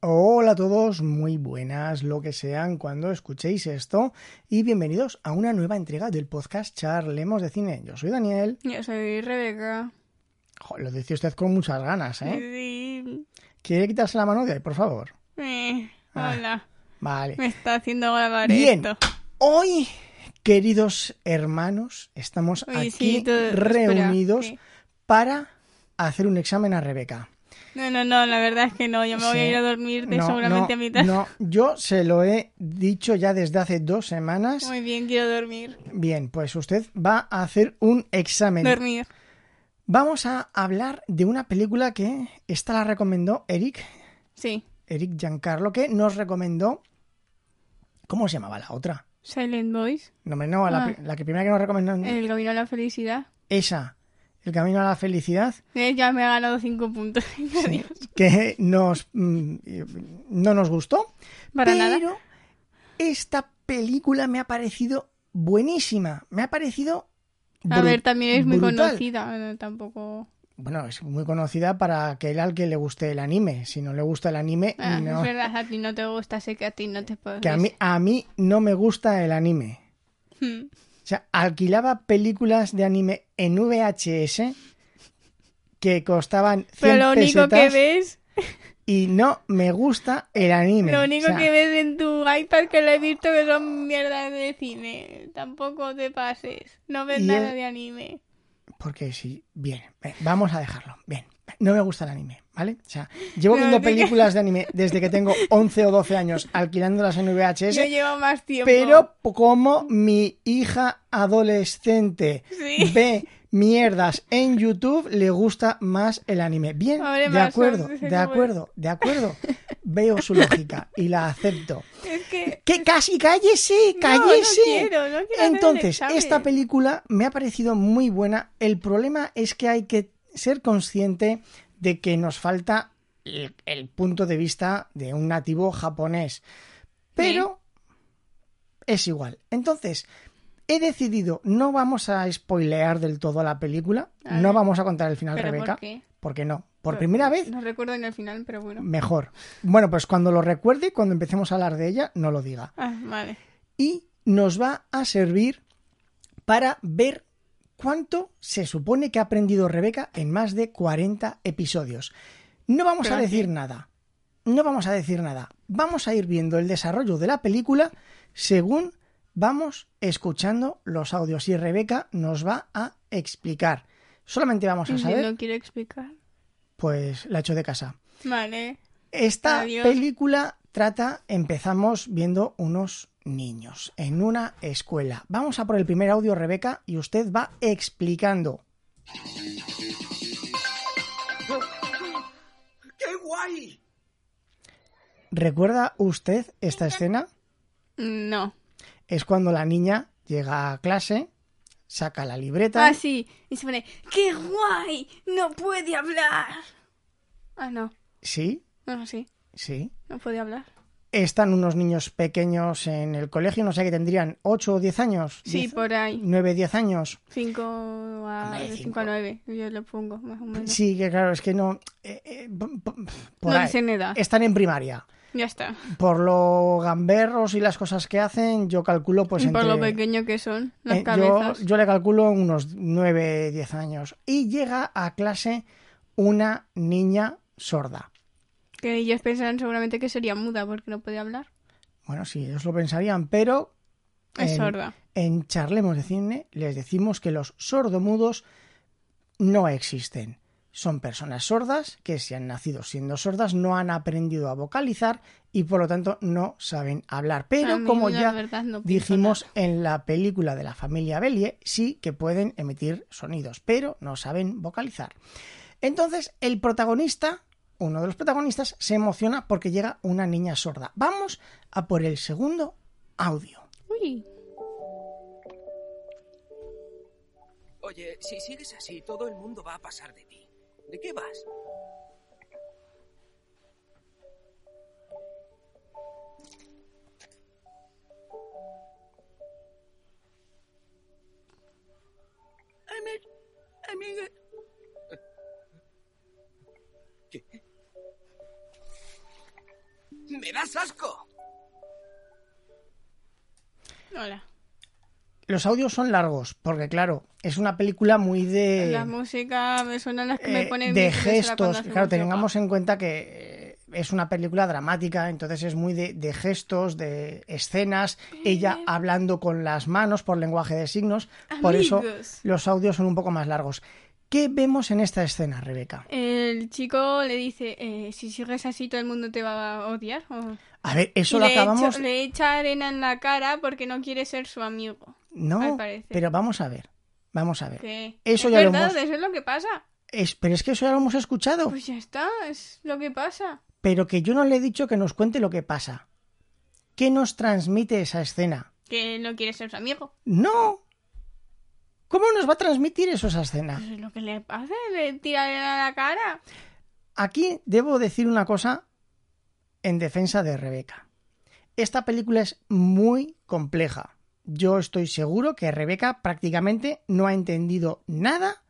Hola a todos, muy buenas, lo que sean cuando escuchéis esto y bienvenidos a una nueva entrega del podcast Charlemos de Cine. Yo soy Daniel. Yo soy Rebeca. Jo, lo decía usted con muchas ganas, ¿eh? Sí. ¿Quiere quitarse la mano de ahí, por favor? Eh, Ah. hola. Vale. Me está haciendo grabar Bien. esto. Hoy, queridos hermanos, estamos Oye, aquí sí, todo- espera, reunidos sí. para hacer un examen a Rebeca. No, no, no, la verdad es que no. Yo me voy Sí. a ir a dormir de No, no, seguramente a mitad. No, yo se lo he dicho ya desde hace dos semanas. Muy bien, quiero dormir. Bien, pues usted va a hacer un examen. Dormir. Vamos a hablar de una película que esta la recomendó Eric, Sí. Eric Giancarlo, que nos recomendó. ¿Cómo se llamaba la otra? Silent Boys. No, hombre, no, la, Ah. Eh. pri- la que primera que nos recomendó. El camino a la felicidad. Esa, El camino a la felicidad. Eh, ya me ha ganado cinco puntos. Sí, que nos mm, no nos gustó. Para pero nada. esta película me ha parecido buenísima. Me ha parecido. A bru- ver, también es muy brutal. conocida. Bueno, tampoco. Bueno, es muy conocida para aquel al que le guste el anime. Si no le gusta el anime, Ah, no. Es verdad, a ti no te gusta, sé que a ti no te puedo. Que a mí, a mí no me gusta el anime. Hmm. O sea, alquilaba películas de anime en VHS que costaban 100 Pero lo único que pesetas ves y no me gusta el anime. Lo único O sea, que ves en tu iPad que lo he visto que son mierdas de cine. Tampoco te pases. No ves Y nada el- de anime. Porque sí, bien, eh, vamos a dejarlo. Bien, no me gusta el anime, ¿vale? O sea, llevo No, viendo diga- películas de anime desde que tengo 11 o 12 años alquilándolas en Yo VHS, llevo más tiempo. pero como mi hija adolescente Sí. ve mierdas en YouTube, le gusta más el anime. Bien, Abre de más acuerdo, ojos, de dice, acuerdo, de acuerdo. Veo su lógica y la acepto. Es que. ¡Que casi cállese, No, no cállese! quiero, no quiero hacer el Entonces, examen. esta película me ha parecido muy buena. El problema es que hay que ser consciente de que nos falta el, el punto de vista de un nativo japonés. Pero es igual. Entonces, he decidido, no vamos a spoilear del todo la película. A no ver. vamos a contar el final, ¿Pero Rebeca. por qué? Porque no. Por primera vez, Mm. No recuerdo en el final, pero bueno. mejor. Bueno, pues cuando lo recuerde, cuando empecemos a hablar de ella, no lo diga Ah, vale. y nos va a servir para ver cuánto se supone que ha aprendido Rebeca en más de 40 episodios. No vamos a Pero decir nada. No vamos a decir nada. Vamos a ir viendo el desarrollo de la película según vamos escuchando los audios y Rebeca nos va a explicar. Solamente vamos a Si saber, no quiero explicar. pues la he hecho de casa. Vale. Esta Adiós. película trata, empezamos viendo unos niños en una escuela. Vamos a por el primer audio, Rebeca, y usted va explicando. ¡Qué guay! ¿Recuerda usted esta escena? Mm, No. Es cuando la niña llega a clase, saca la libreta. Ah, sí. Y se pone. ¡Qué guay! ¡No puede hablar! Ah, no. Sí, No, sí. sí. No puede hablar. Están unos niños pequeños en el colegio, no sé qué tendrían, 8 o 10 años. Sí, pues por ahí. 9, 10 años. 5 a, Hombre, 5 a cinco. 9, yo lo pongo, más o menos. Sí, que claro, es que no. eh, eh, p- p- por no ahí. Eh, dicen edad. Están en primaria. Ya está. por los gamberros y las cosas que hacen, yo calculo pues Y por entre- lo pequeño que son las eh, yo, cabezas. yo le calculo unos 9, 10 años. Y llega a clase una niña sorda. Que ellos pensaban seguramente que sería muda porque no podía hablar. Bueno, sí, ellos lo pensarían, pero Es en- sorda. en Charlemos de Cine les decimos que los sordomudos no existen. Son personas sordas que si han nacido siendo sordas no han aprendido a vocalizar y por lo tanto no saben hablar. Pero A mí, como la ya verdad, no pienso Dijimos en la película de la familia Bellier sí que pueden emitir sonidos, pero no saben vocalizar. Entonces, el protagonista, uno de los protagonistas, se emociona porque llega una niña sorda. Vamos a por el segundo audio. nada. Uy, Oye, si sigues así, todo el mundo va a pasar de ti. ¿De qué vas? Amiga. ¿Qué? ¡Me das asco! Hola. Los audios son largos, porque claro, es una película muy de... la música me suena las que me eh, ponen de mis profesora cuando gestos. hacemos Claro, yoga. tengamos en cuenta que eh, es una película dramática, entonces es muy de, de gestos, de escenas, ella hablando con las manos por lenguaje de signos, por eso Amigos. los audios son un poco más largos. ¿Qué vemos en esta escena, Rebeca? El chico le dice, eh, si sigues así todo el mundo te va a odiar. o- A ver, eso Y lo le, acabamos... echa, le echa arena en la cara porque no quiere ser su amigo. al No, parecer. pero vamos a ver, vamos a ver. ¿Qué? Eso es ya lo verdad, hemos- Oh. eso es lo que pasa. Es- pero es que eso ya lo hemos escuchado, Pues ya está, es lo que pasa. pero que yo no le he dicho que nos cuente lo que pasa. ¿Qué nos transmite esa escena? Que no quiere ser su amigo. No. ¿Cómo nos va a transmitir eso esa escena? Eso Pues es lo que le pasa, le tira arena en la cara. Aquí debo decir una cosa en defensa de Rebeca. Esta película es muy compleja. Yo estoy seguro que Rebeca prácticamente no ha entendido nada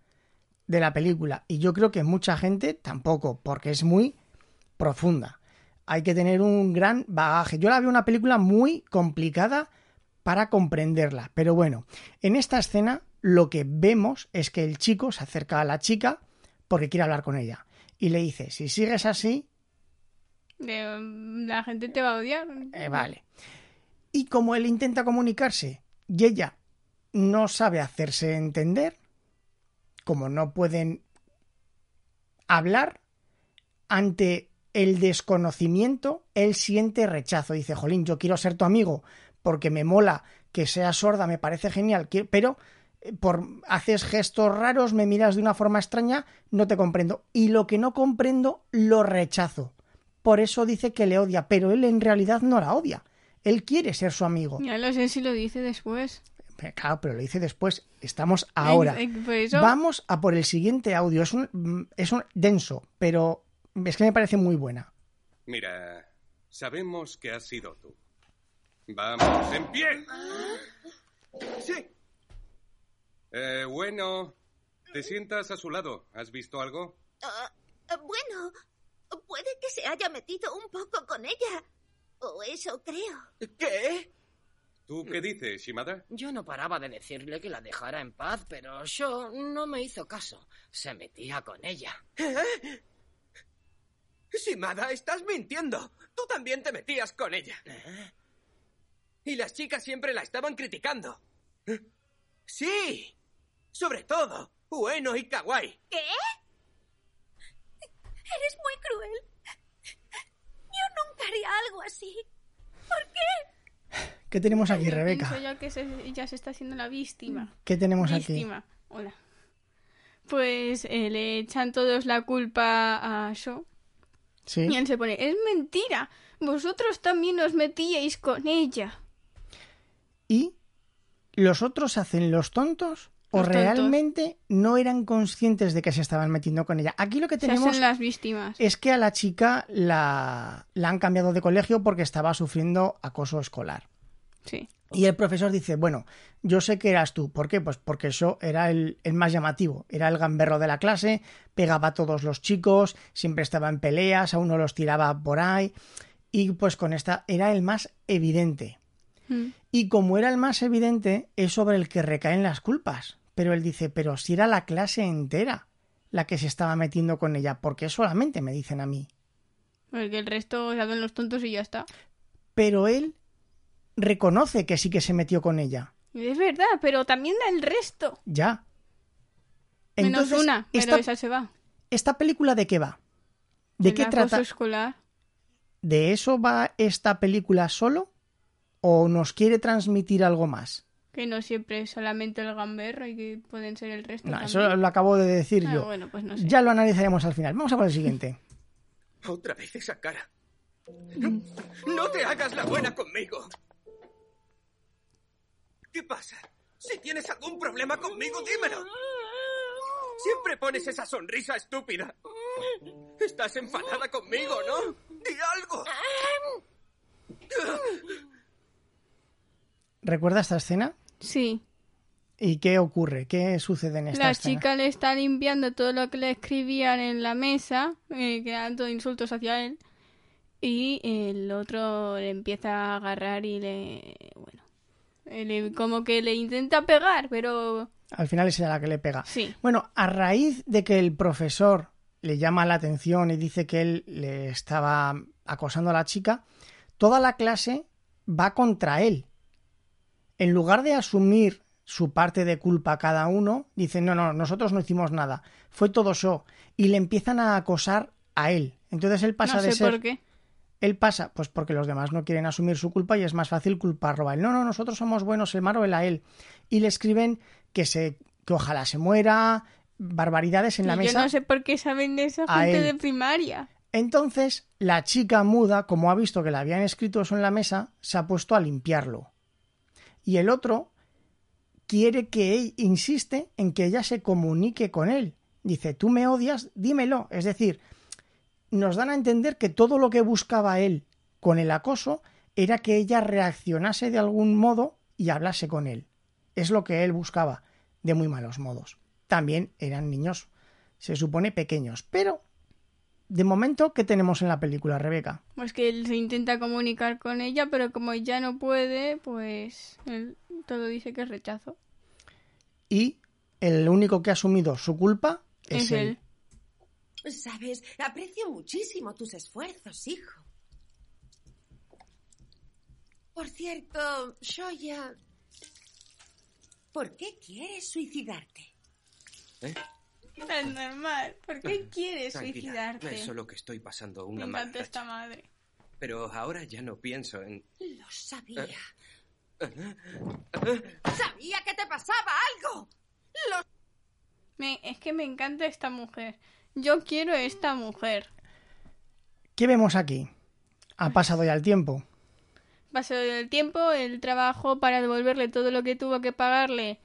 de la película y yo creo que mucha gente tampoco, porque es muy profunda. Hay que tener un gran bagaje. Yo la veo una película muy complicada para comprenderla, pero bueno, en esta escena lo que vemos es que el chico se acerca a la chica porque quiere hablar con ella y le dice, si sigues así, De, mm, la gente te va a odiar. eh, vale. Y como él intenta comunicarse y ella no sabe hacerse entender, como no pueden hablar, ante el desconocimiento, él siente rechazo. Dice, Jolín, yo quiero ser tu amigo porque me mola que seas sorda, me parece genial, que- pero eh, por haces gestos raros, me miras de una forma extraña, no te comprendo. Y lo que no comprendo, lo rechazo. Por eso dice que le odia, pero él en realidad no la odia. Él quiere ser su amigo. Ya lo sé si lo dice después. Pero Claro, pero lo dice después. Estamos ahora. Eh, eh, por eso- Vamos a por el siguiente audio. Es un, mm, es un denso, pero es que me parece muy buena. Mira, sabemos que has sido tú. Vamos, en pie. Sí. Eh, bueno, te sientas a su lado. ¿Has visto algo? Ah, ah, bueno, puede que se haya metido un poco con ella. O eso creo. ¿Qué? ¿Tú qué dices, Shimada? Yo no paraba de decirle que la dejara en paz, pero yo no me hizo caso. Se metía con ella. Simada, estás mintiendo. Tú también te metías con ella. Y las chicas siempre la estaban criticando. Sí. Sobre todo, Ueno y Kawaii. ¿Qué? Eres muy cruel. Yo nunca haría algo así. ¿Qué tenemos aquí, Yo Rebeca? pienso yo que se- ya se está haciendo la víctima. ¿Qué tenemos aquí? víctima. Hola. Pues eh, le echan todos la culpa a Sho. Y Sí. él se pone, es mentira. Vosotros también os metíais con ella. ¿Y los otros hacen los tontos o Los tontos. realmente no eran conscientes de que se estaban metiendo con ella? Aquí lo que Se tenemos hacen las víctimas. es que a la chica la, la han cambiado de colegio porque estaba sufriendo acoso escolar. Sí. Y el profesor dice, bueno, yo sé que eras tú. ¿Por qué? Pues porque yo era el, el más llamativo, era el gamberro de la clase, pegaba a todos los chicos, siempre estaba en peleas, a uno los tiraba por ahí. Y pues con esta era el más evidente. Mm. Y como era el más evidente, es sobre el que recaen las culpas. Pero él dice, pero si era la clase entera la que se estaba metiendo con ella, porque solamente me dicen a mí. Porque el resto se hacen los tontos y ya está. Pero él reconoce que sí que se metió con ella. Y Es verdad, pero también el resto. Ya. Menos Entonces, una, pero esta, esa se va. ¿esta película de qué va? ¿De El qué acoso trata? escolar. ¿De eso va esta película solo? ¿O nos quiere transmitir algo más? Que no siempre es solamente el gamberro y que pueden ser el resto. No, también. eso lo acabo de decir Pues Ah, yo. bueno, pues no sé. Ya lo analizaremos al final. Vamos a por el siguiente. Otra vez esa cara. No te hagas la buena conmigo. ¿Qué pasa? Si tienes algún problema conmigo, dímelo. Siempre pones esa sonrisa estúpida. Estás enfadada conmigo, ¿no? Di algo. ¿Recuerda esta escena? Sí. ¿Y qué ocurre? ¿Qué sucede en esta La escena? chica le está limpiando todo lo que le escribían en la mesa, eh, que eran todos insultos hacia él. Y el otro le empieza a agarrar y le... Bueno. eh, le- como que le intenta pegar, pero... Al final es ella la que le pega. Sí. Bueno, a raíz de que el profesor le llama la atención y dice que él le estaba acosando a la chica, toda la clase va contra él. En lugar de asumir su parte de culpa cada uno, dicen, no, no, nosotros no hicimos nada, fue todo yo. Y le empiezan a acosar a él. Entonces él pasa no de sé ser... por qué. Él pasa, pues porque los demás no quieren asumir su culpa y es más fácil culparlo a él. No, no, nosotros somos buenos, el malo él a él. Y le escriben que se, que ojalá se muera, barbaridades en la Y mesa. Pues Yo no sé por qué saben de esa a gente él. de primaria. Entonces, la chica muda, como ha visto que le habían escrito eso en la mesa, se ha puesto a limpiarlo. Y el otro quiere que él insiste en que ella se comunique con él. Dice, tú me odias, dímelo. Es decir, nos dan a entender que todo lo que buscaba él con el acoso era que ella reaccionase de algún modo y hablase con él. Es lo que él buscaba, de muy malos modos. También eran niños, se supone pequeños, pero de momento, ¿qué tenemos en la película, Rebeca? Pues que él se intenta comunicar con ella, pero como ya no puede, pues él todo dice que es rechazo. Y el único que ha asumido su culpa es, Es él. él. Sabes, aprecio muchísimo tus esfuerzos, hijo. Por cierto, Shoya, ¿por qué quieres suicidarte? Es normal. ¿Por qué quieres Tranquila, suicidarte? es solo que estoy pasando Me una mala encanta esta racha. madre. Pero ahora ya no pienso en... Lo sabía. Sabía que te pasaba algo. Me- es que me encanta esta mujer. Yo quiero esta mujer. ¿Qué vemos aquí? Pues Ha pasado ya el tiempo. Pasó el tiempo, el trabajo para devolverle todo lo que tuvo que pagarle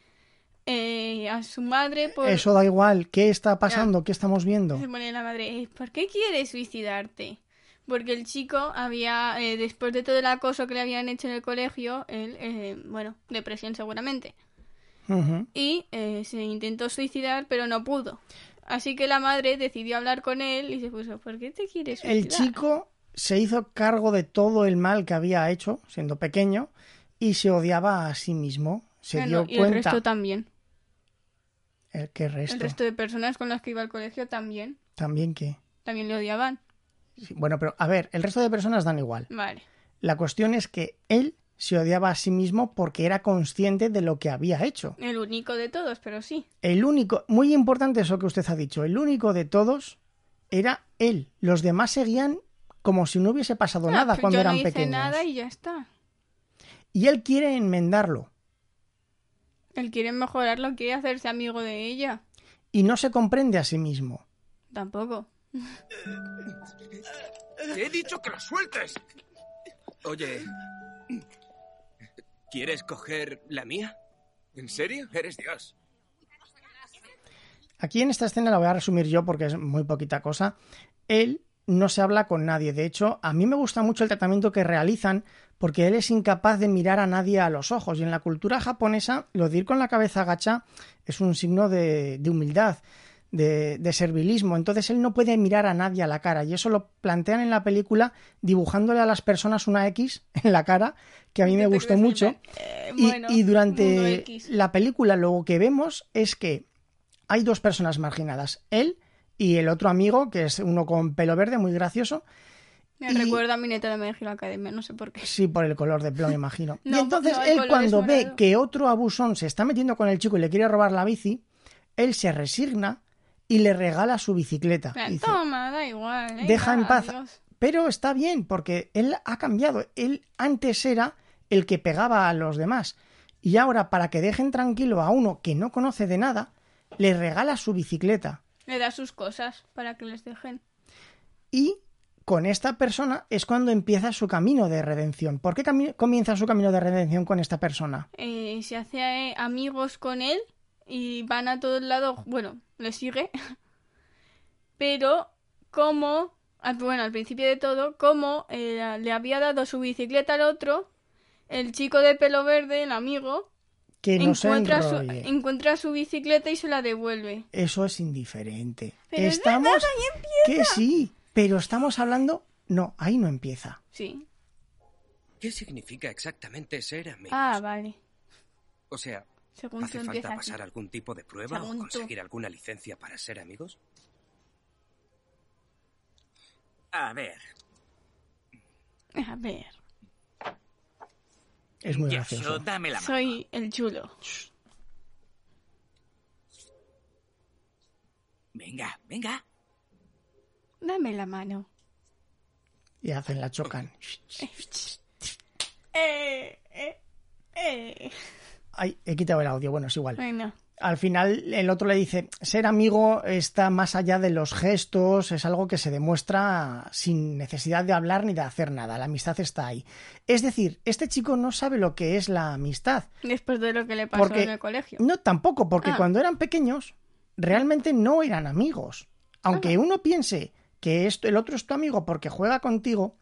eh, a su madre por... Eso da igual. ¿Qué está pasando? ¿Qué estamos viendo? Se pone la madre, "Eh, ¿por qué quieres suicidarte? Porque el chico había, eh, después de todo el acoso que le habían hecho en el colegio, él, eh, bueno, depresión seguramente. Ujú. Y eh, se intentó suicidar, pero no pudo. Así que la madre decidió hablar con él y se puso, ¿por qué te quieres suicidar? El chico se hizo cargo de todo el mal que había hecho, siendo pequeño, y se odiaba a sí mismo. Se Bueno, dio Ah, y el cuenta. resto también. ¿El qué resto? El resto de personas con las que iba al colegio también. También qué. También le odiaban. Sí, Bueno, pero a ver, el resto de personas dan igual. Vale. La cuestión es que él se odiaba a sí mismo porque era consciente de lo que había hecho. El único de todos, pero sí. El único, muy importante eso que usted ha dicho, el único de todos era él. Los demás seguían como si no hubiese pasado Ah, Pues nada yo cuando eran no hice pequeños. nada y... y ya está. él quiere enmendarlo Él quiere mejorarlo, quiere hacerse amigo de ella. y no se comprende a sí mismo. Tampoco. ¡Te he dicho que lo sueltes! Oye, ¿quieres coger la mía? ¿En serio? Eres Dios. Aquí en esta escena la voy a resumir yo porque es muy poquita cosa. Él no se habla con nadie. De hecho, a mí me gusta mucho el tratamiento que realizan porque él es incapaz de mirar a nadie a los ojos. Y en la cultura japonesa, lo de ir con la cabeza agacha es un signo de, de humildad, de, de servilismo. Entonces él no puede mirar a nadie a la cara. Y eso lo plantean en la película dibujándole a las personas una X en la cara, que a mí me Te gustó crees mucho. bien, eh, Y, bueno, y mundo durante X. la película lo que vemos es que hay dos personas marginadas, él y el otro amigo, que es uno con pelo verde, muy gracioso, Me y- recuerda a mi neta de My Hero Academia, no sé por qué. sí por el color de pelo, me imagino. No, y entonces no, el él color es cuando ve morado. que otro abusón se está metiendo con el chico y le quiere robar la bici, él se resigna y le regala su bicicleta. En plan, Dice, Toma, da igual. eh, Deja va, en paz. adiós". Pero está bien, porque él ha cambiado. Él antes era el que pegaba a los demás. Y ahora, para que dejen tranquilo a uno que no conoce de nada, le regala su bicicleta. Le da sus cosas para que les dejen. Y con esta persona es cuando empieza su camino de redención. ¿Por qué cami- comienza su camino de redención con esta persona? Eh, se hace eh, amigos con él y van a todos lados. Bueno, le sigue. Pero, como. al- Bueno, al principio de todo, como eh, le había dado su bicicleta al otro, el chico de pelo verde, el amigo, Que no se encuentra, su, enrolle. encuentra su bicicleta y se la devuelve. Eso es indiferente. Pero es estamos que sí, pero estamos hablando No, ahí no empieza. Sí. ¿Qué significa exactamente ser amigos? Ah, vale. o sea, Según tú ¿hace falta empieza aquí. pasar algún tipo de prueba Según o tú. conseguir alguna licencia para ser amigos? A ver, A ver. Es muy Yasho, gracioso. dame la mano. Soy el chulo. Venga, venga. Dame la mano. Y hacen la chocan. Eh, eh, eh. Ay, he quitado el audio. Bueno, es igual. Bueno, Al final el otro le dice, ser amigo está más allá de los gestos, es algo que se demuestra sin necesidad de hablar ni de hacer nada, la amistad está ahí. Es decir, este chico no sabe lo que es la amistad. después de lo que le pasó Porque- en el colegio. No tampoco, porque Ah. cuando eran pequeños realmente no eran amigos. Ah. Aunque uno piense que esto, el otro es tu amigo porque juega contigo,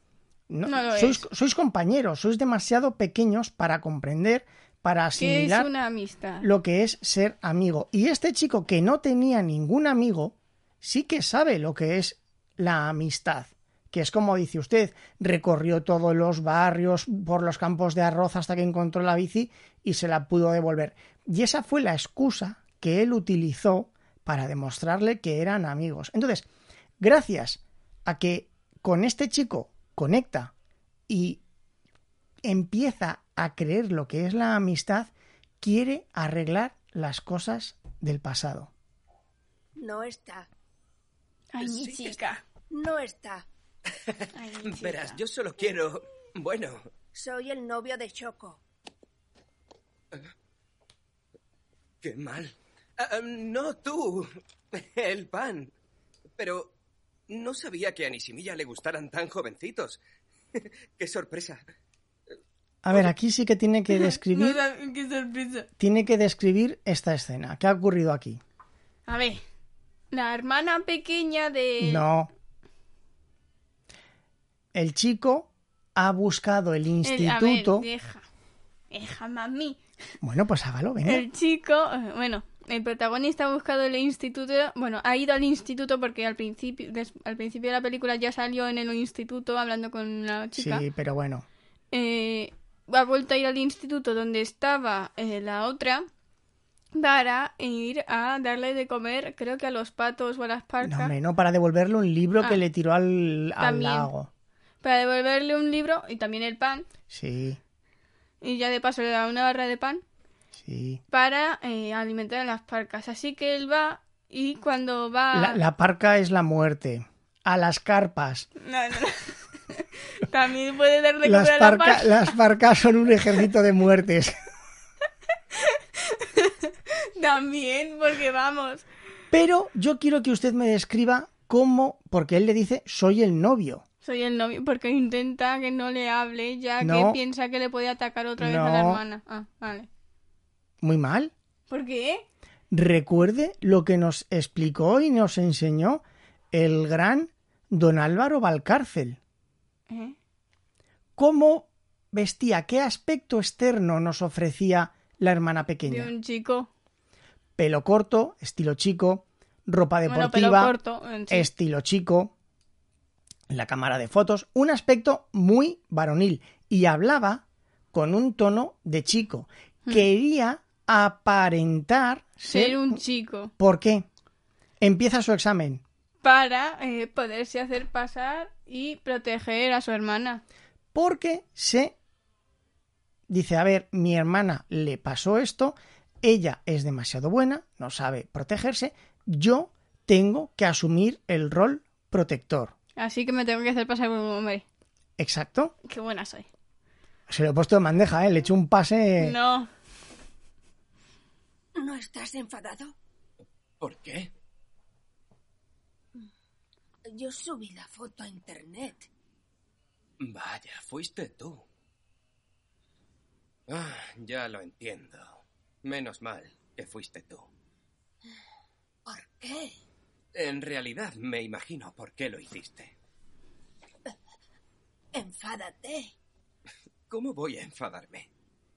no, No lo sois, es. sois compañeros, sois demasiado pequeños para comprender, para ¿Qué es asimilar una amistad? lo que es ser amigo. Y este chico que no tenía ningún amigo, sí que sabe lo que es la amistad. Que es como dice usted, recorrió todos los barrios, por los campos de arroz hasta que encontró la bici y se la pudo devolver. Y esa fue la excusa que él utilizó para demostrarle que eran amigos. Entonces, gracias a que con este chico conecta y empieza a creer lo que es la amistad, quiere arreglar las cosas del pasado. No está. Ay, mi Sí que chica. No está. Ay, mi chica. Verás, yo solo quiero... Bueno, Soy el novio de Choco. qué mal. Ah, ah, no tú, el pan. Pero no sabía que a Nishimiya le gustaran tan jovencitos. qué sorpresa. A ver, aquí sí que tiene que No describir, sab- qué sorpresa. tiene que describir esta escena. ¿Qué ha ocurrido aquí? A ver. La hermana pequeña de... No. El chico ha buscado el el- a instituto. ver, deja. Deja, mami. Bueno, pues hágalo, venga. El chico, eh, bueno, el protagonista ha buscado el instituto, bueno, ha ido al instituto porque al principio, des- al principio de la película ya salió en el instituto hablando con la chica. Sí, pero bueno. Eh, ha vuelto a ir al instituto donde estaba eh, la otra para ir a darle de comer, creo que a los patos o a las No, parcas, hombre, no, para devolverle un libro que Ah. le tiró al, al También. lago. para devolverle un libro y también el pan, Sí, y ya de paso le da una barra de pan. sí. para eh, alimentar a las parcas. Así que él va y cuando va... La, la parca es la muerte. A las carpas. No, no, no. También puede dar de comer Las, a la parca- parca. las parcas son un ejército de muertes. También, porque vamos. Pero yo quiero que usted me describa cómo, porque él le dice, soy el novio. Soy el novio, porque intenta que no le hable, ya No. que piensa que le puede atacar otra vez a la No. hermana. Ah, vale. Muy mal. ¿Por qué? Recuerde lo que nos explicó y nos enseñó el gran don Álvaro Valcárcel. ¿Eh? ¿Cómo vestía? ¿Qué aspecto externo nos ofrecía la hermana De pequeña? un chico. Pelo corto, estilo chico, ropa Bueno, deportiva, pelo corto. en sí. estilo chico, la cámara de fotos, un aspecto muy varonil y hablaba con un tono de chico. Mm. Quería aparentar Ser un chico. ¿Por qué? Empieza su examen. Para eh, poderse hacer pasar y proteger a su hermana. Porque se dice, a ver, mi hermana le pasó esto, ella es demasiado buena, no sabe protegerse, yo tengo que asumir el rol protector. Así que me tengo que hacer pasar por un hombre. Exacto. Qué buena soy. Se lo he puesto en bandeja, ¿eh? le he hecho un pase. No. ¿No estás enfadado? ¿Por qué? Yo subí la foto a internet. Vaya, fuiste tú. Ah, ya lo entiendo. Menos mal que fuiste tú. ¿Por qué? En realidad me imagino por qué lo hiciste. Enfádate. ¿Cómo voy a enfadarme?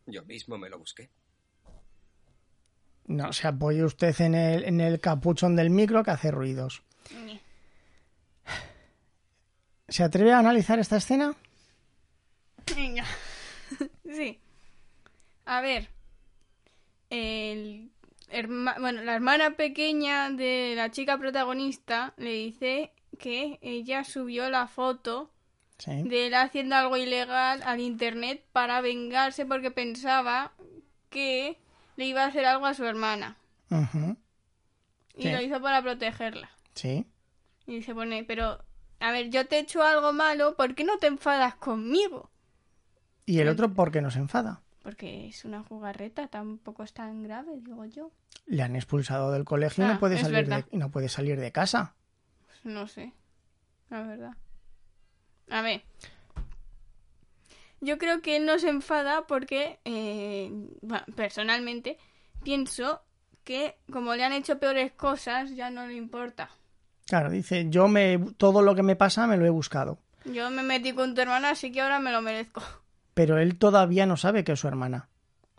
Yo mismo me lo busqué. No se apoye usted en el, en el capuchón del micro que hace ruidos. ¿Se atreve a analizar esta escena? Venga. sí. A ver. El herma- bueno, la hermana pequeña de la chica protagonista le dice que ella subió la foto Sí. de él haciendo algo ilegal al internet para vengarse porque pensaba que le iba a hacer algo a su hermana. Ujú, Y Sí. lo hizo para protegerla. Sí. Y se pone, pero, a ver, yo te he hecho algo malo, ¿por qué no te enfadas conmigo? Y el otro porque nos enfada. Porque es una jugarreta, tampoco es tan grave, digo yo. Le han expulsado del colegio y, Ah, no puede es salir de, verdad. y no puede salir de casa. No sé, la verdad. A ver. Yo creo que él no se enfada porque, eh, bueno, personalmente, pienso que como le han hecho peores cosas, ya no le importa. Claro, dice, yo me todo lo que me pasa me lo he buscado. Yo me metí con tu hermana, así que ahora me lo merezco. Pero él todavía no sabe que es su hermana.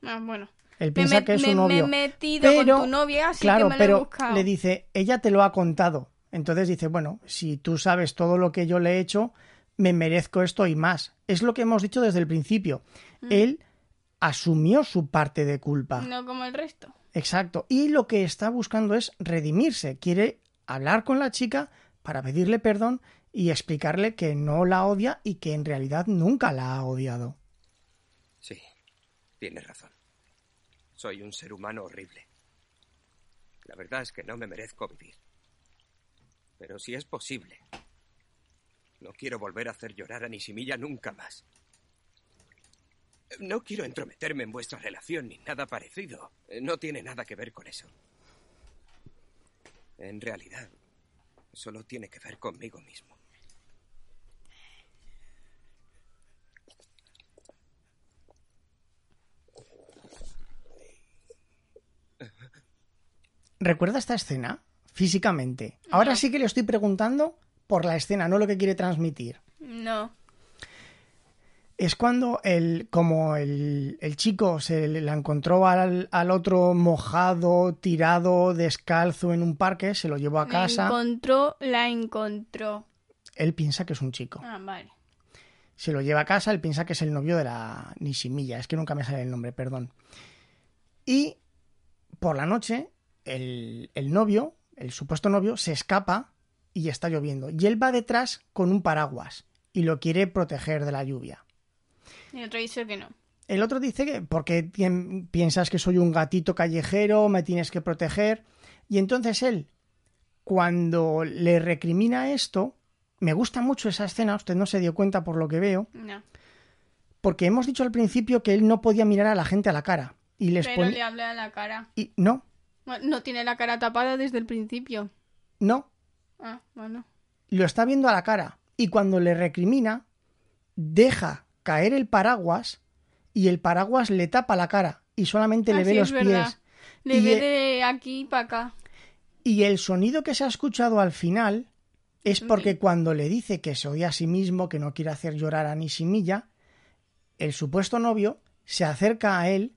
Ah, bueno. Él Me, piensa met- que es me- su me novio. he metido Pero- con tu novia, así claro, que me lo he pero buscado. le dice, ella te lo ha contado. Entonces dice, bueno, si tú sabes todo lo que yo le he hecho, me merezco esto y más. Es lo que hemos dicho desde el principio. Él asumió su parte de culpa. Mm. No como el resto. Exacto. Y lo que está buscando es redimirse. Quiere hablar con la chica para pedirle perdón y explicarle que no la odia y que en realidad nunca la ha odiado. Sí, tienes razón. Soy un ser humano horrible. La verdad es que no me merezco vivir. Pero si es posible, no quiero volver a hacer llorar a Nishimiya nunca más. No quiero entrometerme en vuestra relación ni nada parecido. Eh, No tiene nada que ver con eso. En realidad, solo tiene que ver conmigo mismo. ¿Recuerda esta escena? Físicamente. Ahora sí que le estoy preguntando por la escena, no lo que quiere transmitir. No. Es cuando el, como el, el chico se la encontró al, al otro mojado, tirado, descalzo en un parque, se lo llevó a La casa. encontró, la encontró. Él piensa que es un chico. Ah, vale. se lo lleva a casa, él piensa que es el novio de la Nishimiya, es que nunca me sale el nombre, perdón. Y por la noche, el, el novio, el supuesto novio, se escapa y está lloviendo. Y él va detrás con un paraguas y lo quiere proteger de la lluvia. Y el otro dice que no. El otro dice que, porque piensas que soy un gatito callejero, me tienes que proteger. Y entonces él, cuando le recrimina esto, me gusta mucho esa escena, usted no se dio cuenta por lo que veo, No. porque hemos dicho al principio que él no podía mirar a la gente a la cara. Y les Pero pone- le habla a la cara. y- No, Bueno, No tiene la cara tapada desde el principio. no. Ah, bueno. Lo está viendo a la cara. Y cuando le recrimina, deja caer el paraguas y el paraguas le tapa la cara y solamente le Ah, ve sí, los es verdad. pies. Le Y, ve eh, de aquí para acá. Y el sonido que se ha escuchado al final es porque cuando le dice que se odia a sí mismo, que no quiere hacer llorar a Nishimiya, el supuesto novio se acerca a él,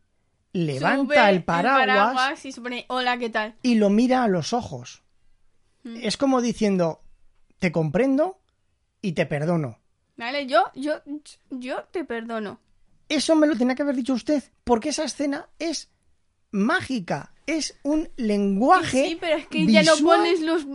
levanta Sube el paraguas y se pone, hola, ¿qué tal? y lo mira a los ojos. Mm. Es como diciendo, te comprendo y te perdono. Vale, yo, yo, yo te perdono. Eso me lo tenía que haber dicho usted, porque esa escena es mágica, es un lenguaje. Sí, pero es que ya no visual, pones los,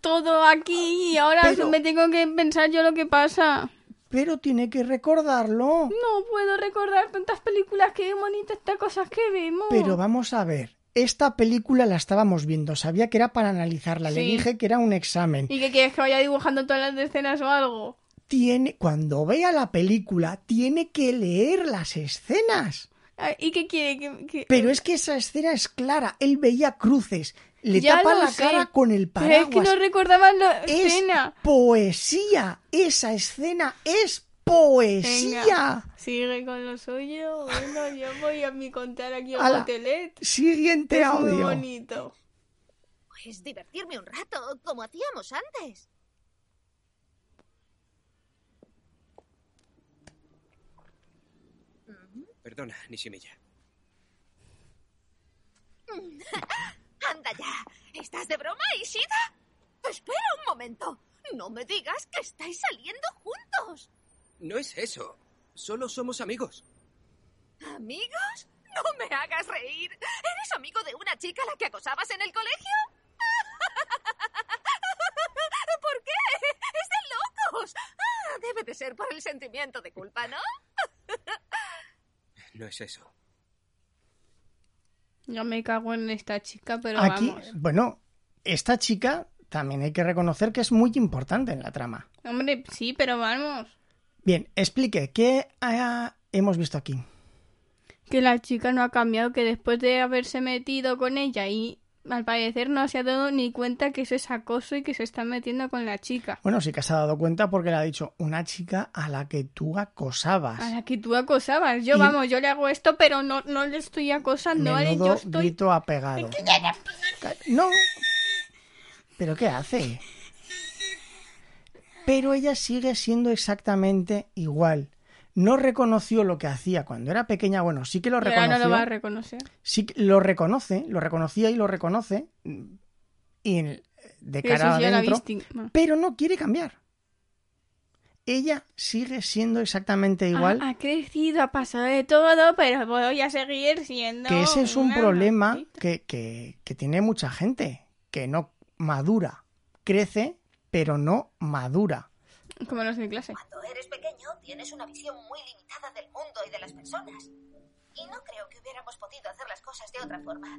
todo aquí y ahora Pero- me tengo que pensar yo lo que pasa. Pero tiene que recordarlo. No puedo recordar tantas películas que bonitas estas cosas que vemos. Pero vamos a ver, esta película la estábamos viendo, sabía que era para analizarla, le Sí. dije que era un examen. ¿Y qué quieres que vaya dibujando todas las escenas o algo? Tiene, cuando vea la película, tiene que leer las escenas. Ah, ¿Y qué quiere? que- que- Pero es que esa escena es clara. Él veía cruces. Le Ya tapa lo la sé, cara con el Pero paraguas. es que no recordaba la Es escena. poesía. Esa escena es poesía. Sigue con lo suyo. Bueno, yo voy a mi contar aquí al Ala, hotelet. Siguiente Es muy audio. bonito. Pues divertirme un rato, como hacíamos antes. Perdona, Nishimiya. ¡Anda ya! ¿Estás de broma, Ishida? Espera un momento. No me digas que estáis saliendo juntos. No es eso. Solo somos amigos. ¿Amigos? No me hagas reír. ¿Eres amigo de una chica a la que acosabas en el colegio? ¿Por qué? ¡Es de locos! Ah, debe de ser por el sentimiento de culpa, ¿no? No es eso. Yo me cago en esta chica, pero Aquí, vamos. bueno, esta chica también hay que reconocer que es muy importante en la trama. Hombre, sí, pero vamos. Bien, explique, ¿qué ah, hemos visto aquí? Que la chica no ha cambiado, que después de haberse metido con ella y al parecer no se ha dado ni cuenta que eso es acoso y que se está metiendo con la chica. Bueno, sí que se ha dado cuenta porque le ha dicho una chica a la que tú acosabas. A la que tú acosabas. Yo, Y- vamos, yo le hago esto, pero no, no le estoy acosando, ¿vale? Menudo Yo estoy... grito apegado. Ca- No. ¿Pero qué hace? Pero ella sigue siendo exactamente igual. No reconoció lo que hacía cuando era pequeña. Bueno, sí que lo Y ahora no reconoció. lo va a reconocer. sí que lo reconoce, lo reconocía y lo reconoce. Y en- de Pero cara eso ya la adentro víctima. pero no quiere cambiar. Ella sigue siendo Ah, exactamente igual, Ha, ha crecido, ha pasado de todo, pero voy a seguir siendo. que ese es un una problema maldita. que, que- que tiene mucha gente, que no madura, crece, pero no madura. Como los de clase. Cuando eres pequeño tienes una visión muy limitada del mundo y de las personas. Y no creo que hubiéramos podido hacer las cosas de otra forma.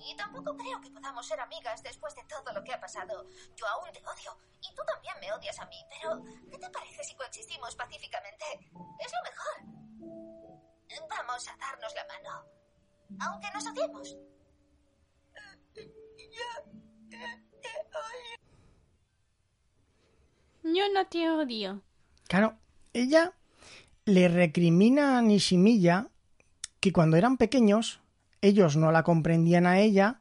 Y tampoco creo que podamos ser amigas después de todo lo que ha pasado. Yo aún te odio y tú también me odias a mí, pero ¿qué te parece si coexistimos pacíficamente? Es lo mejor. Vamos a darnos la mano. Aunque nos odiemos. Yo no te odio. Claro, ella le recrimina a Nishimiya que cuando eran pequeños ellos no la comprendían a ella,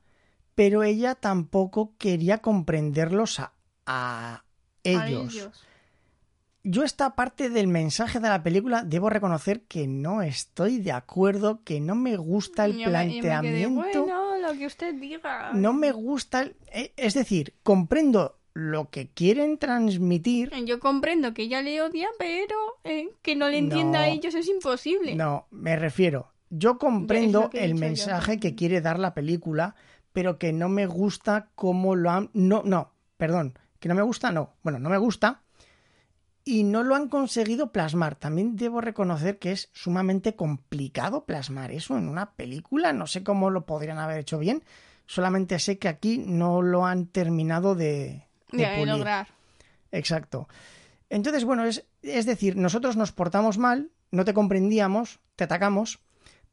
pero ella tampoco quería comprenderlos a, a a ellos. Yo esta parte del mensaje de la película debo reconocer que no estoy de acuerdo, que no me gusta el Yo me- yo me quedé, planteamiento, bueno, lo que usted diga. no me gusta, el- eh, es decir, comprendo lo que quieren transmitir. Yo comprendo que ella le odia, pero eh, que no le No. entienda a ellos es imposible. No, me refiero, yo Ya, es comprendo lo que he el dicho yo. mensaje que quiere dar la película, pero que no me gusta cómo lo han, no, no, perdón, que no me gusta, no, bueno, no me gusta. Y no lo han conseguido plasmar. También debo reconocer que es sumamente complicado plasmar eso en una película. No sé cómo lo podrían haber hecho bien. Solamente sé que aquí no lo han terminado de, de Ya, de pulir. lograr. Exacto. Entonces, bueno, es, es decir, nosotros nos portamos mal, no te comprendíamos, te atacamos,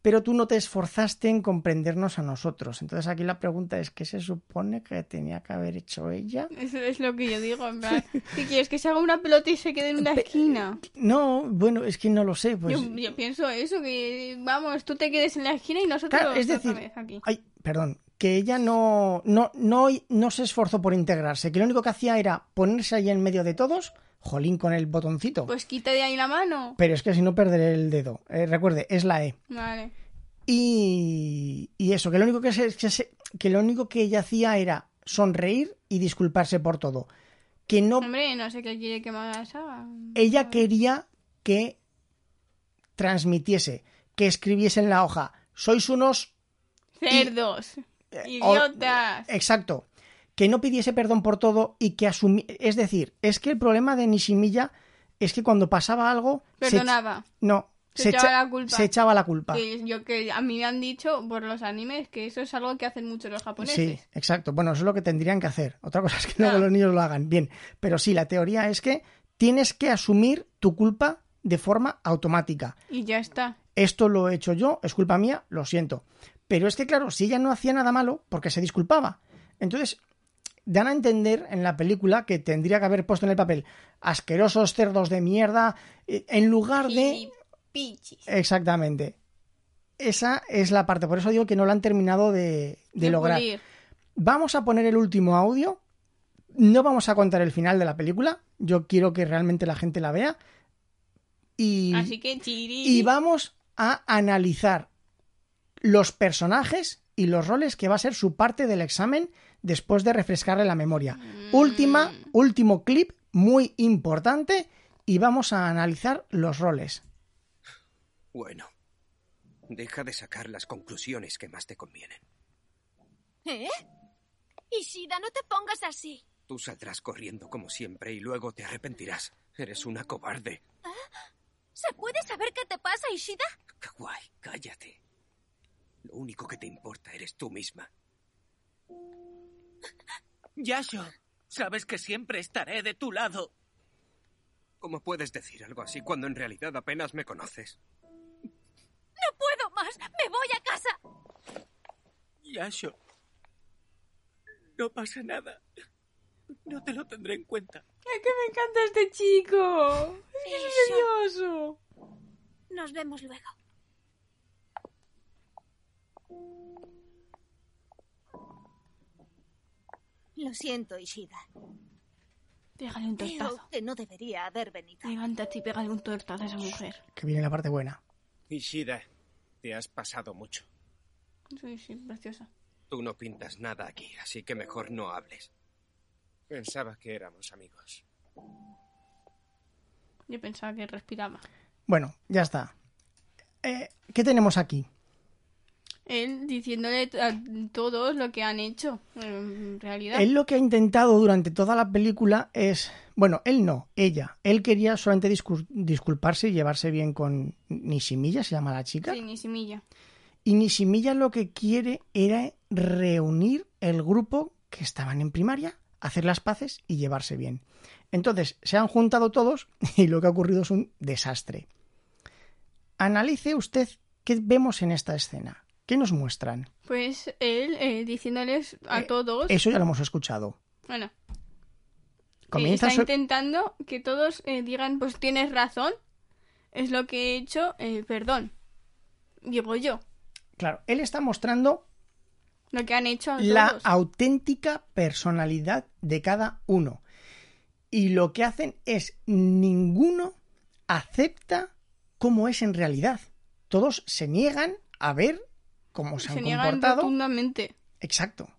pero tú no te esforzaste en comprendernos a nosotros. Entonces aquí la pregunta es, ¿qué se supone que tenía que haber hecho ella? Eso es lo que yo digo. En plan, ¿Qué quieres? ¿Que se haga una pelota y se quede en una esquina? No, bueno, es que no lo sé. Pues, yo, yo pienso eso, que vamos, tú te quedes en la esquina y nosotros Claro, es otra decir, vez aquí. Ay, perdón, que ella no, no, no, no se esforzó por integrarse, que lo único que hacía era ponerse ahí en medio de todos, jolín con el botoncito. Pues quita de ahí la mano. Pero es que si no perderé el dedo. Eh, recuerde, es la E. Vale. Y, y eso, que lo único que, se- que se- que lo único que ella hacía era sonreír y disculparse por todo. Que no Hombre, no sé qué quiere que me haga. ella quería que transmitiese, que escribiese en la hoja, sois unos Cerdos. eh, o- Idiotas. Exacto. Que no pidiese perdón por todo y que asumiese, es decir, es que el problema de Nishimiya es que cuando pasaba algo se- Perdonaba. no, Se echaba la culpa. se echaba la culpa. Que yo que a mí me han dicho por los animes que eso es algo que hacen mucho los Sí, japoneses. exacto. Bueno, eso es lo que tendrían que hacer. Otra cosa es que luego Claro. los niños lo hagan. Bien, pero sí, la teoría es que tienes que asumir tu culpa de forma automática. Y ya está. Esto lo he hecho yo, es culpa mía, lo siento. Pero es que, claro, si ella no hacía nada malo, porque se disculpaba. Entonces, dan a entender en la película que tendría que haber puesto en el papel asquerosos cerdos de mierda, eh, en lugar de... Pichis. Exactamente. Esa es la parte. Por eso digo que no la han terminado de, de lograr. Vamos a poner el último audio. No vamos a contar el final de la película. Yo quiero que realmente la gente la vea. Y, Así que chiri. y vamos a analizar los personajes y los roles que va a ser Mm. su parte del examen después de refrescarle la memoria. Última, último clip muy importante y vamos a analizar los roles. Bueno, deja de sacar las conclusiones que más te convienen. ¿Eh? Ishida, no te pongas así. Tú saldrás corriendo como siempre y luego te arrepentirás. Eres una cobarde. ¿Se puede saber qué te pasa, Ishida? Kawaii, cállate. Lo único que te importa eres tú misma. Yasho, sabes que siempre estaré de tu lado. ¿Cómo puedes decir algo así cuando en realidad apenas me conoces? No puedo más. Me voy a casa. Yasho, no pasa nada. No te lo tendré en cuenta. Es que me encanta este chico. Isha, Precioso. nos vemos luego. Lo siento, Ishida. Pégale un tortazo. Creo que no debería haber venido. Levántate y pégale un tortazo a esa mujer. Que viene la parte buena. Ishida, te has pasado mucho. Sí, sí, preciosa. Tú no pintas nada aquí, así que mejor no hables. Pensaba que éramos amigos. Yo pensaba que respiraba. Bueno, ya está. Eh, ¿Qué tenemos aquí? Él diciéndole a todos lo que han hecho, en realidad. Él lo que ha intentado durante toda la película es. Bueno, él no, ella. Él quería solamente discul- disculparse y llevarse bien con Nishimiya, se llama la chica. Sí, ni similla. Y Nishimiya lo que quiere era reunir el grupo que estaban en primaria, hacer las paces y llevarse bien. Entonces, se han juntado todos y lo que ha ocurrido es un desastre. Analice usted qué vemos en esta escena. ¿Qué nos muestran? Pues él eh, diciéndoles a Eh, todos. Eso ya lo hemos escuchado. Bueno, que Comienza está su- intentando que todos eh, digan, pues tienes razón, es lo que he hecho, eh, perdón. Digo yo, Claro, él está mostrando lo que han hecho a la todos. auténtica personalidad de cada uno. Y lo que hacen es ninguno acepta cómo es en realidad. Todos se niegan a ver cómo se, Se han niegan comportado. rotundamente. Exacto.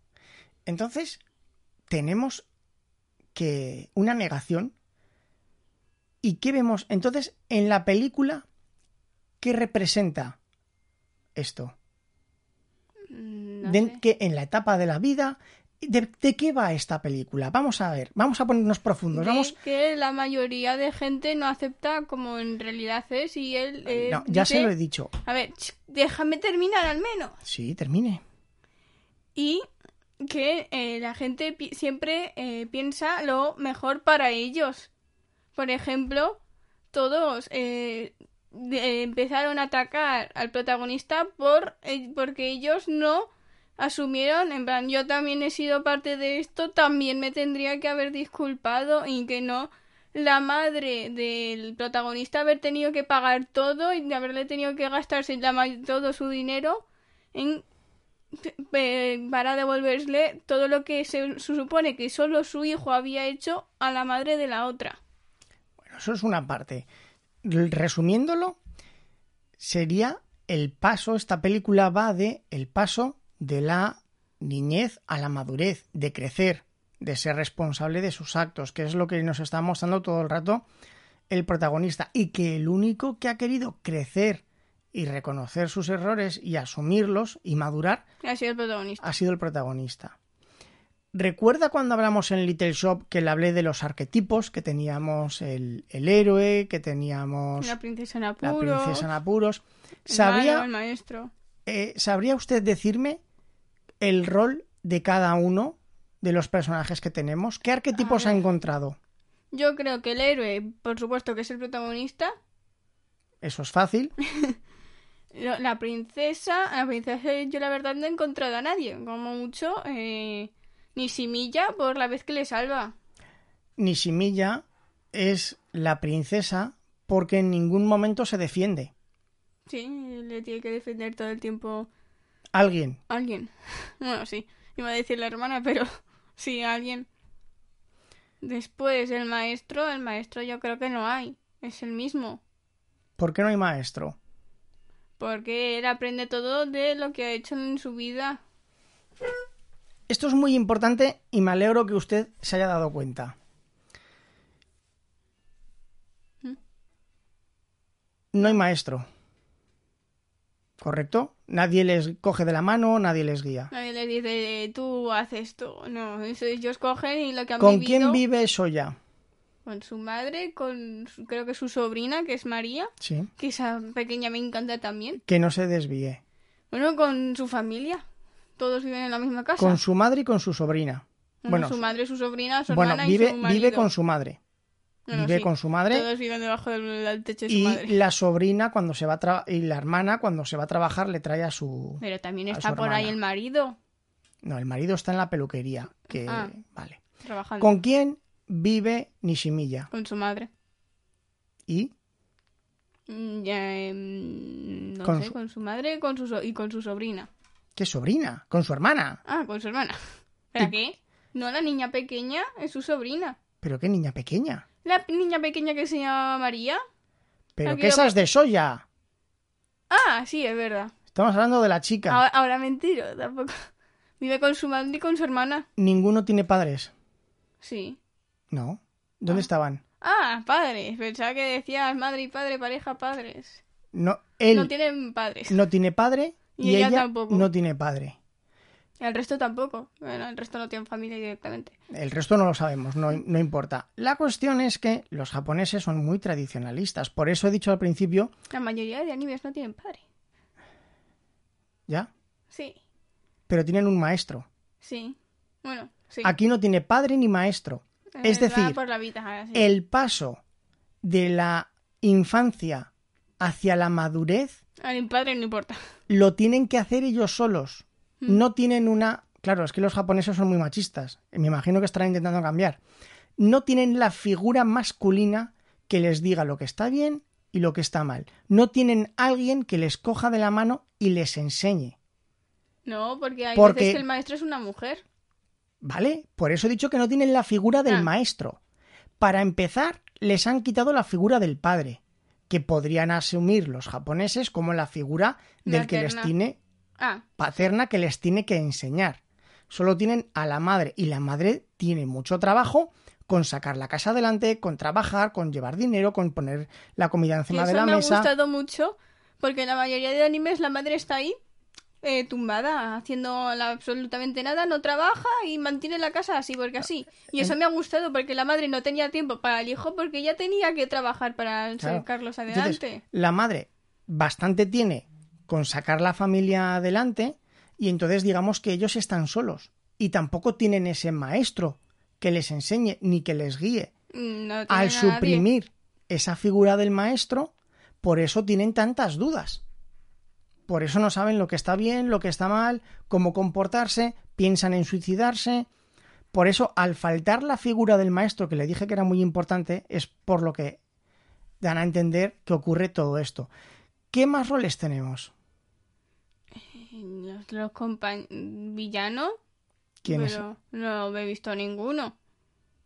Entonces, tenemos que una negación. ¿Y qué vemos? Entonces, en la película, ¿qué representa esto? Mm, no de- sé. que en la etapa de la vida. ¿De, de qué va esta película? Vamos a ver, vamos a ponernos profundos. De Vamos. que la mayoría de gente no acepta como en realidad es y él... eh, No, ya se dice, lo he dicho. A ver, ch, déjame terminar al menos. Sí, termine. y que eh, la gente pi- siempre eh, piensa lo mejor para ellos. Por ejemplo, todos eh, de- empezaron a atacar al protagonista por eh, porque ellos no asumieron, en plan, yo también he sido parte de esto, también me tendría que haber disculpado y que no la madre del protagonista haber tenido que pagar todo y haberle tenido que gastarse la may- todo su dinero en eh, para devolverle todo lo que se, se supone que solo su hijo había hecho a la madre de la otra. Bueno, eso es una parte. R- Resumiéndolo, sería el paso. Esta película va de el paso de la niñez a la madurez, de crecer, de ser responsable de sus actos, que es lo que nos está mostrando todo el rato el protagonista. Y que el único que ha querido crecer y reconocer sus errores y asumirlos y madurar Ha sido el protagonista. ha sido el protagonista. Recuerda cuando hablamos en Little Shop que le hablé de los arquetipos, que teníamos el, el héroe, que teníamos La princesa en la apuros, princesa en apuros. el ¿Sabría, malo, el maestro. eh, ¿Sabría usted decirme el rol de cada uno de los personajes que tenemos? ¿Qué arquetipos ha ver. encontrado? Yo creo que el héroe, por supuesto que es el protagonista. Eso es fácil. Lo- La princesa, a la princesa yo la verdad no he encontrado a nadie, como mucho eh, ni Similla por la vez que le salva. Nishimiya es la princesa porque en ningún momento se defiende. Sí, le tiene que defender todo el tiempo Alguien. Alguien. Bueno, sí. Iba a decir la hermana, pero sí, alguien. Después, el maestro. El maestro yo creo que no hay. Es el mismo. ¿Por qué no hay maestro? Porque él aprende todo de lo que ha hecho en su vida. Esto es muy importante y me alegro que usted se haya dado cuenta. ¿Mm? no hay maestro. ¿Correcto? Nadie les coge de la mano, nadie les guía. Nadie le dice, tú haces esto. No, eso ellos cogen y lo que han ¿Con vivido... quién vive Soya? Con su madre, con su- creo que su sobrina, que es María, Sí. que esa pequeña me encanta también. Que no se desvíe. Bueno, con su familia. Todos viven en la misma casa. Con su madre y con su sobrina. Bueno, Bueno, su madre, su sobrina, su bueno hermana y vive, su marido. vive con su madre. Bueno, vive sí, con su madre Todos viven debajo del, del techo de su ¿Eh? y madre. la sobrina cuando se va a tra- y la hermana cuando se va a trabajar le trae a su... Pero también a su está por ahí hermana. el marido No, el marido está en la peluquería. Que... Ah. Vale. trabajando ¿Con quién vive Nishimiya? con su madre. Y Mm, ya, em, no Con sé, su- con su madre con su so- y con su sobrina. qué sobrina, con su hermana. Ah, con su hermana. ¿Para qué? No, la niña pequeña es su sobrina. Pero qué niña pequeña. La niña pequeña que se llama María. Pero Aquí que lo- esas de Soya. Ah, sí, es verdad. Estamos hablando de la chica. Ahora, ahora mentiro, tampoco. Vive con su madre y con su hermana. Ninguno tiene padres. Sí. No. ¿Dónde estaban? Ah, padres. Pensaba que decías madre y padre, pareja, padres. No, él No tienen padres. no tiene padre y, ella, tampoco. no tiene padre. El resto tampoco. Bueno, el resto no tienen familia directamente. El resto no lo sabemos, no, no importa. La cuestión es que los japoneses son muy tradicionalistas. Por eso he dicho al principio, La mayoría de animes no tienen padre. ya, Sí, pero tienen un maestro. sí. Bueno, sí. Aquí no tiene padre ni maestro. es verdad, decir, por la vida, ahora sí. El paso de la infancia hacia la madurez Al padre no importa. lo tienen que hacer ellos solos. Mm. No tienen una... Claro, es que los japoneses son muy machistas. Me imagino que estarán intentando cambiar. No tienen la figura masculina que les diga lo que está bien y lo que está mal. No tienen alguien que les coja de la mano y les enseñe. No, porque hay Porque- veces que el maestro es una mujer. ¿Vale? Por eso he dicho que no tienen la figura del Ah. maestro. Para empezar, les han quitado la figura del padre, que podrían asumir los japoneses como la figura del que les Materna. tiene Ah, paterna que les tiene que enseñar. Solo tienen a la madre y la madre tiene mucho trabajo con sacar la casa adelante, con trabajar, con llevar dinero, con poner la comida que encima eso de la me ha mesa. gustado mucho, porque en la mayoría de animes la madre está ahí, eh, tumbada, haciendo la- absolutamente nada, no trabaja y mantiene la casa así, porque así. Y eso me ha gustado, porque la madre no tenía tiempo para el hijo, porque ella tenía que trabajar para Claro. sacarlos Entonces, adelante. la madre bastante tiene con sacar la familia adelante y entonces digamos que ellos están solos y tampoco tienen ese maestro que les enseñe ni que les guíe. Mm, no tienen a nadie. Al suprimir esa figura del maestro, por eso tienen tantas dudas. Por eso no saben lo que está bien, lo que está mal, cómo comportarse, piensan en suicidarse. Por eso, al faltar la figura del maestro, que le dije que era muy importante, es por lo que dan a entender que ocurre todo esto. ¿Qué más roles tenemos? Los, los compañ- villanos, ¿Quién es? pero no he visto ninguno.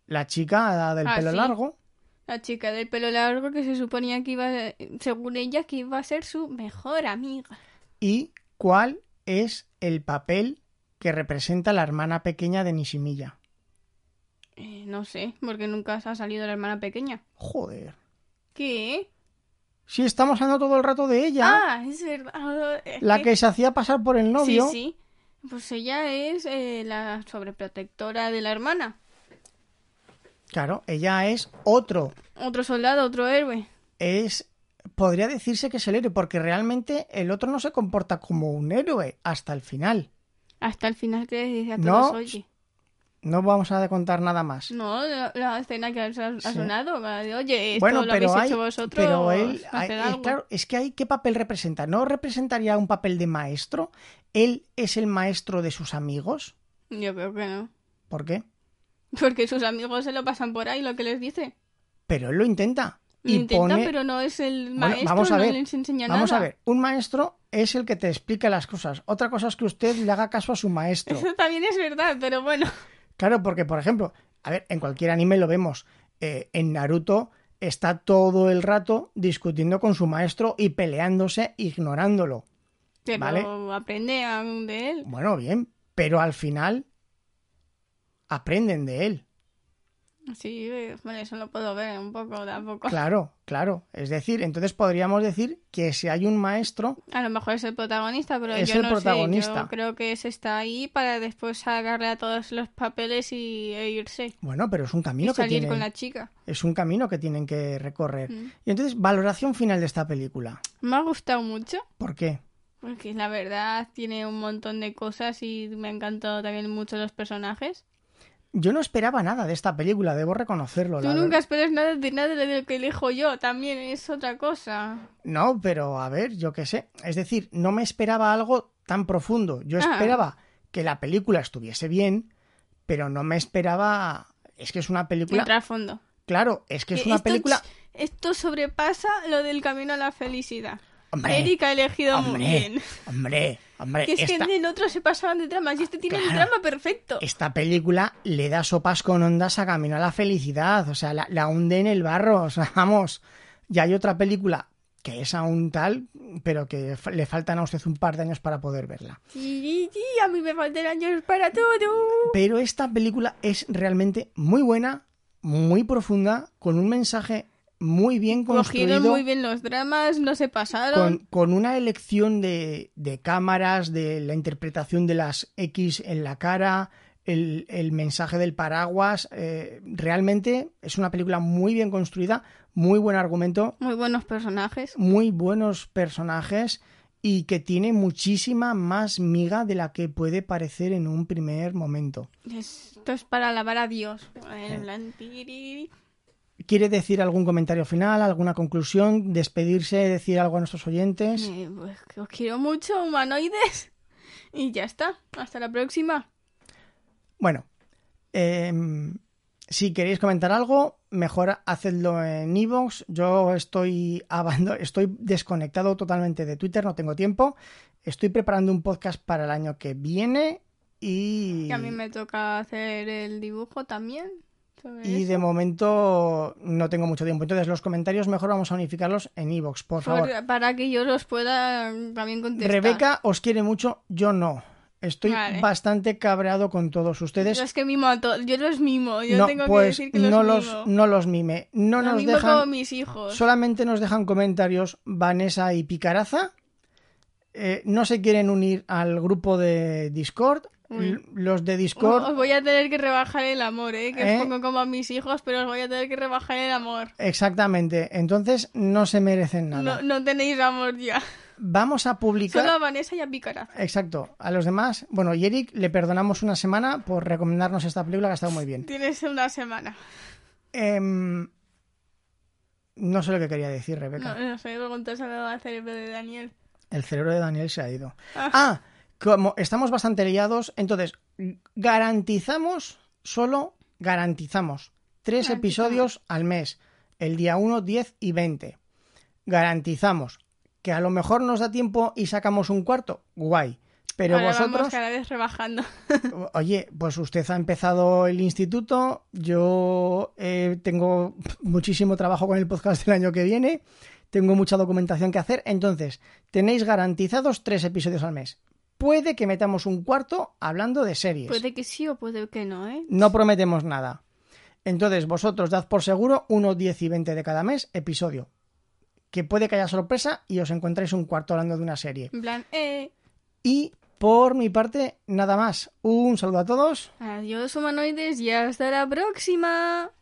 La chica del Ah, pelo sí. largo. La chica del pelo largo que se suponía que iba, a- según ella, que iba a ser su mejor amiga. ¿Y cuál es el papel que representa la hermana pequeña de Nishimiya? Eh, no sé, porque nunca se ha salido la hermana pequeña. Joder. ¿Qué? Sí, estamos hablando todo el rato de ella. Ah, es verdad. Es la que se hacía pasar por el novio. Sí, sí. Pues ella es eh, la sobreprotectora de la hermana. Claro, ella es otro. Otro soldado, otro héroe. Es. Podría decirse que es el héroe, porque realmente el otro no se comporta como un héroe hasta el final. Hasta el final que dice a No, todos, oye. No vamos a contar nada más. No, la, la escena que ha, ha Sí. sonado, la de, oye, esto bueno, lo pero habéis hay- hecho vosotros, pero él, hacer hay- eh, algo. claro, es que ahí qué papel representa. ¿No representaría un papel de maestro? Él es el maestro de sus amigos. Yo creo que no. ¿Por qué? Porque sus amigos se lo pasan por ahí lo que les dice. Pero él lo intenta. Lo y intenta, pone- pero no es el Bueno, maestro, vamos a no ver, les enseña Vamos nada. a ver, un maestro es el que te explica las cosas. Otra cosa es que usted le haga caso a su maestro. Eso también es verdad, pero bueno. Claro, porque por ejemplo, a ver, en cualquier anime lo vemos. eh, en Naruto está todo el rato discutiendo con su maestro y peleándose, ignorándolo. Pero Vale. aprende aún de él. Bueno, bien, pero al final aprenden de él. Sí, eh, bueno, eso lo puedo ver un poco, tampoco. Claro, claro. Es decir, entonces podríamos decir que si hay un maestro, A lo mejor es el protagonista, pero Es yo el no sé. protagonista. Yo creo que ese está ahí para después sacarle a todos los papeles y, e irse. bueno, pero es un Y camino que salir tienen, con la chica. es un camino que tienen que recorrer. Mm. Y entonces, valoración final de esta película. Me ha gustado mucho, ¿Por qué? porque la verdad tiene un montón de cosas y me han encantado también mucho los personajes. Yo no esperaba nada de esta película, debo reconocerlo. Tú la nunca verdad. esperas nada de nada de lo que elijo yo, también es otra cosa. No, pero a ver, yo qué sé. Es decir, no me esperaba algo tan profundo. Yo Ah. esperaba que la película estuviese bien, pero no me esperaba. Es que es una película. El trasfondo. Claro, es que es Que una esto película. ch- Esto sobrepasa lo del camino a la felicidad. Hombre, Eric ha elegido muy hombre, bien. hombre, hombre. Que es esta, que en el otro se pasaban de tramas y este tiene el Claro. drama perfecto. esta película le da sopas con ondas a camino a la felicidad. O sea, la, la hunde en el barro. O sea, vamos. Ya hay otra película que es aún tal, pero que fa- le faltan a usted un par de años para poder verla. Y, y- y a mí me faltan años para todo. Pero esta película es realmente muy buena, muy profunda, con un mensaje muy bien construido, Cogieron muy bien los dramas, no se con, pasaron. con una elección de, de cámaras, de la interpretación de las X en la cara, el, el mensaje del paraguas. eh, realmente es una película muy bien construida, muy buen argumento, Muy buenos personajes. muy buenos personajes y que tiene muchísima más miga de la que puede parecer en un primer momento. Esto es para alabar a Dios. En plan, piriri. ¿Quiere decir algún comentario final, alguna conclusión, despedirse, decir algo a nuestros oyentes? Eh, pues que os quiero mucho, humanoides. Y ya está. Hasta la próxima. Bueno, em, si queréis comentar algo, mejor hacedlo en iVoox. Yo estoy, abando- estoy desconectado totalmente de Twitter, no tengo tiempo. Estoy preparando un podcast para el año que viene y, Que a mí me toca hacer el dibujo también. sobre y eso. de momento no tengo mucho tiempo. Entonces los comentarios mejor vamos a unificarlos en iVoox, por favor. Por- para que yo los pueda mm, también contestar. Rebeca os quiere mucho, yo no. Estoy Vale. bastante cabreado con todos ustedes. Yo es que mimo a todos. Yo los mimo. Yo no, tengo pues que decir que no los los, mimo. no los mime. No Los nos mimo como dejan. mis hijos. Solamente nos dejan comentarios Vanessa y Picaraza. Eh, no se quieren unir al grupo de Discord. Uy. Oh. L- Los de Discord. Os voy a tener que rebajar el amor, ¿eh? Que ¿Eh? os pongo como a mis hijos, pero os voy a tener que rebajar el amor. Exactamente. Entonces no se merecen nada. No, no tenéis amor ya. Vamos a publicar. Solo a Vanessa y a Pícara. Exacto. A los demás. Bueno, y Eric le perdonamos una semana por recomendarnos esta película que ha estado muy bien. Tienes una semana. Em, no sé lo que quería decir, Rebeca. No, no sé, preguntas al cerebro de Daniel. El cerebro de Daniel se ha ido. Ah, como estamos bastante liados, entonces garantizamos, solo garantizamos, tres Garantizamos. episodios al mes, el día 1, 10 y 20. Garantizamos que a lo mejor nos da tiempo y sacamos un cuarto, guay. Pero Ahora vosotros, vamos cada vez rebajando. oye, pues usted ha empezado el instituto, yo eh, tengo muchísimo trabajo con el podcast del año que viene, tengo mucha documentación que hacer, entonces tenéis garantizados tres episodios al mes. Puede que metamos un cuarto hablando de series. Puede que sí o puede que no, ¿eh? No prometemos nada. Entonces vosotros dad por seguro 1, 10 y 20 de cada mes episodio. Que puede que haya sorpresa y os encontréis un cuarto hablando de una serie. En plan, eh. Y por mi parte, nada más. Un saludo a todos. Adiós, humanoides, y hasta la próxima.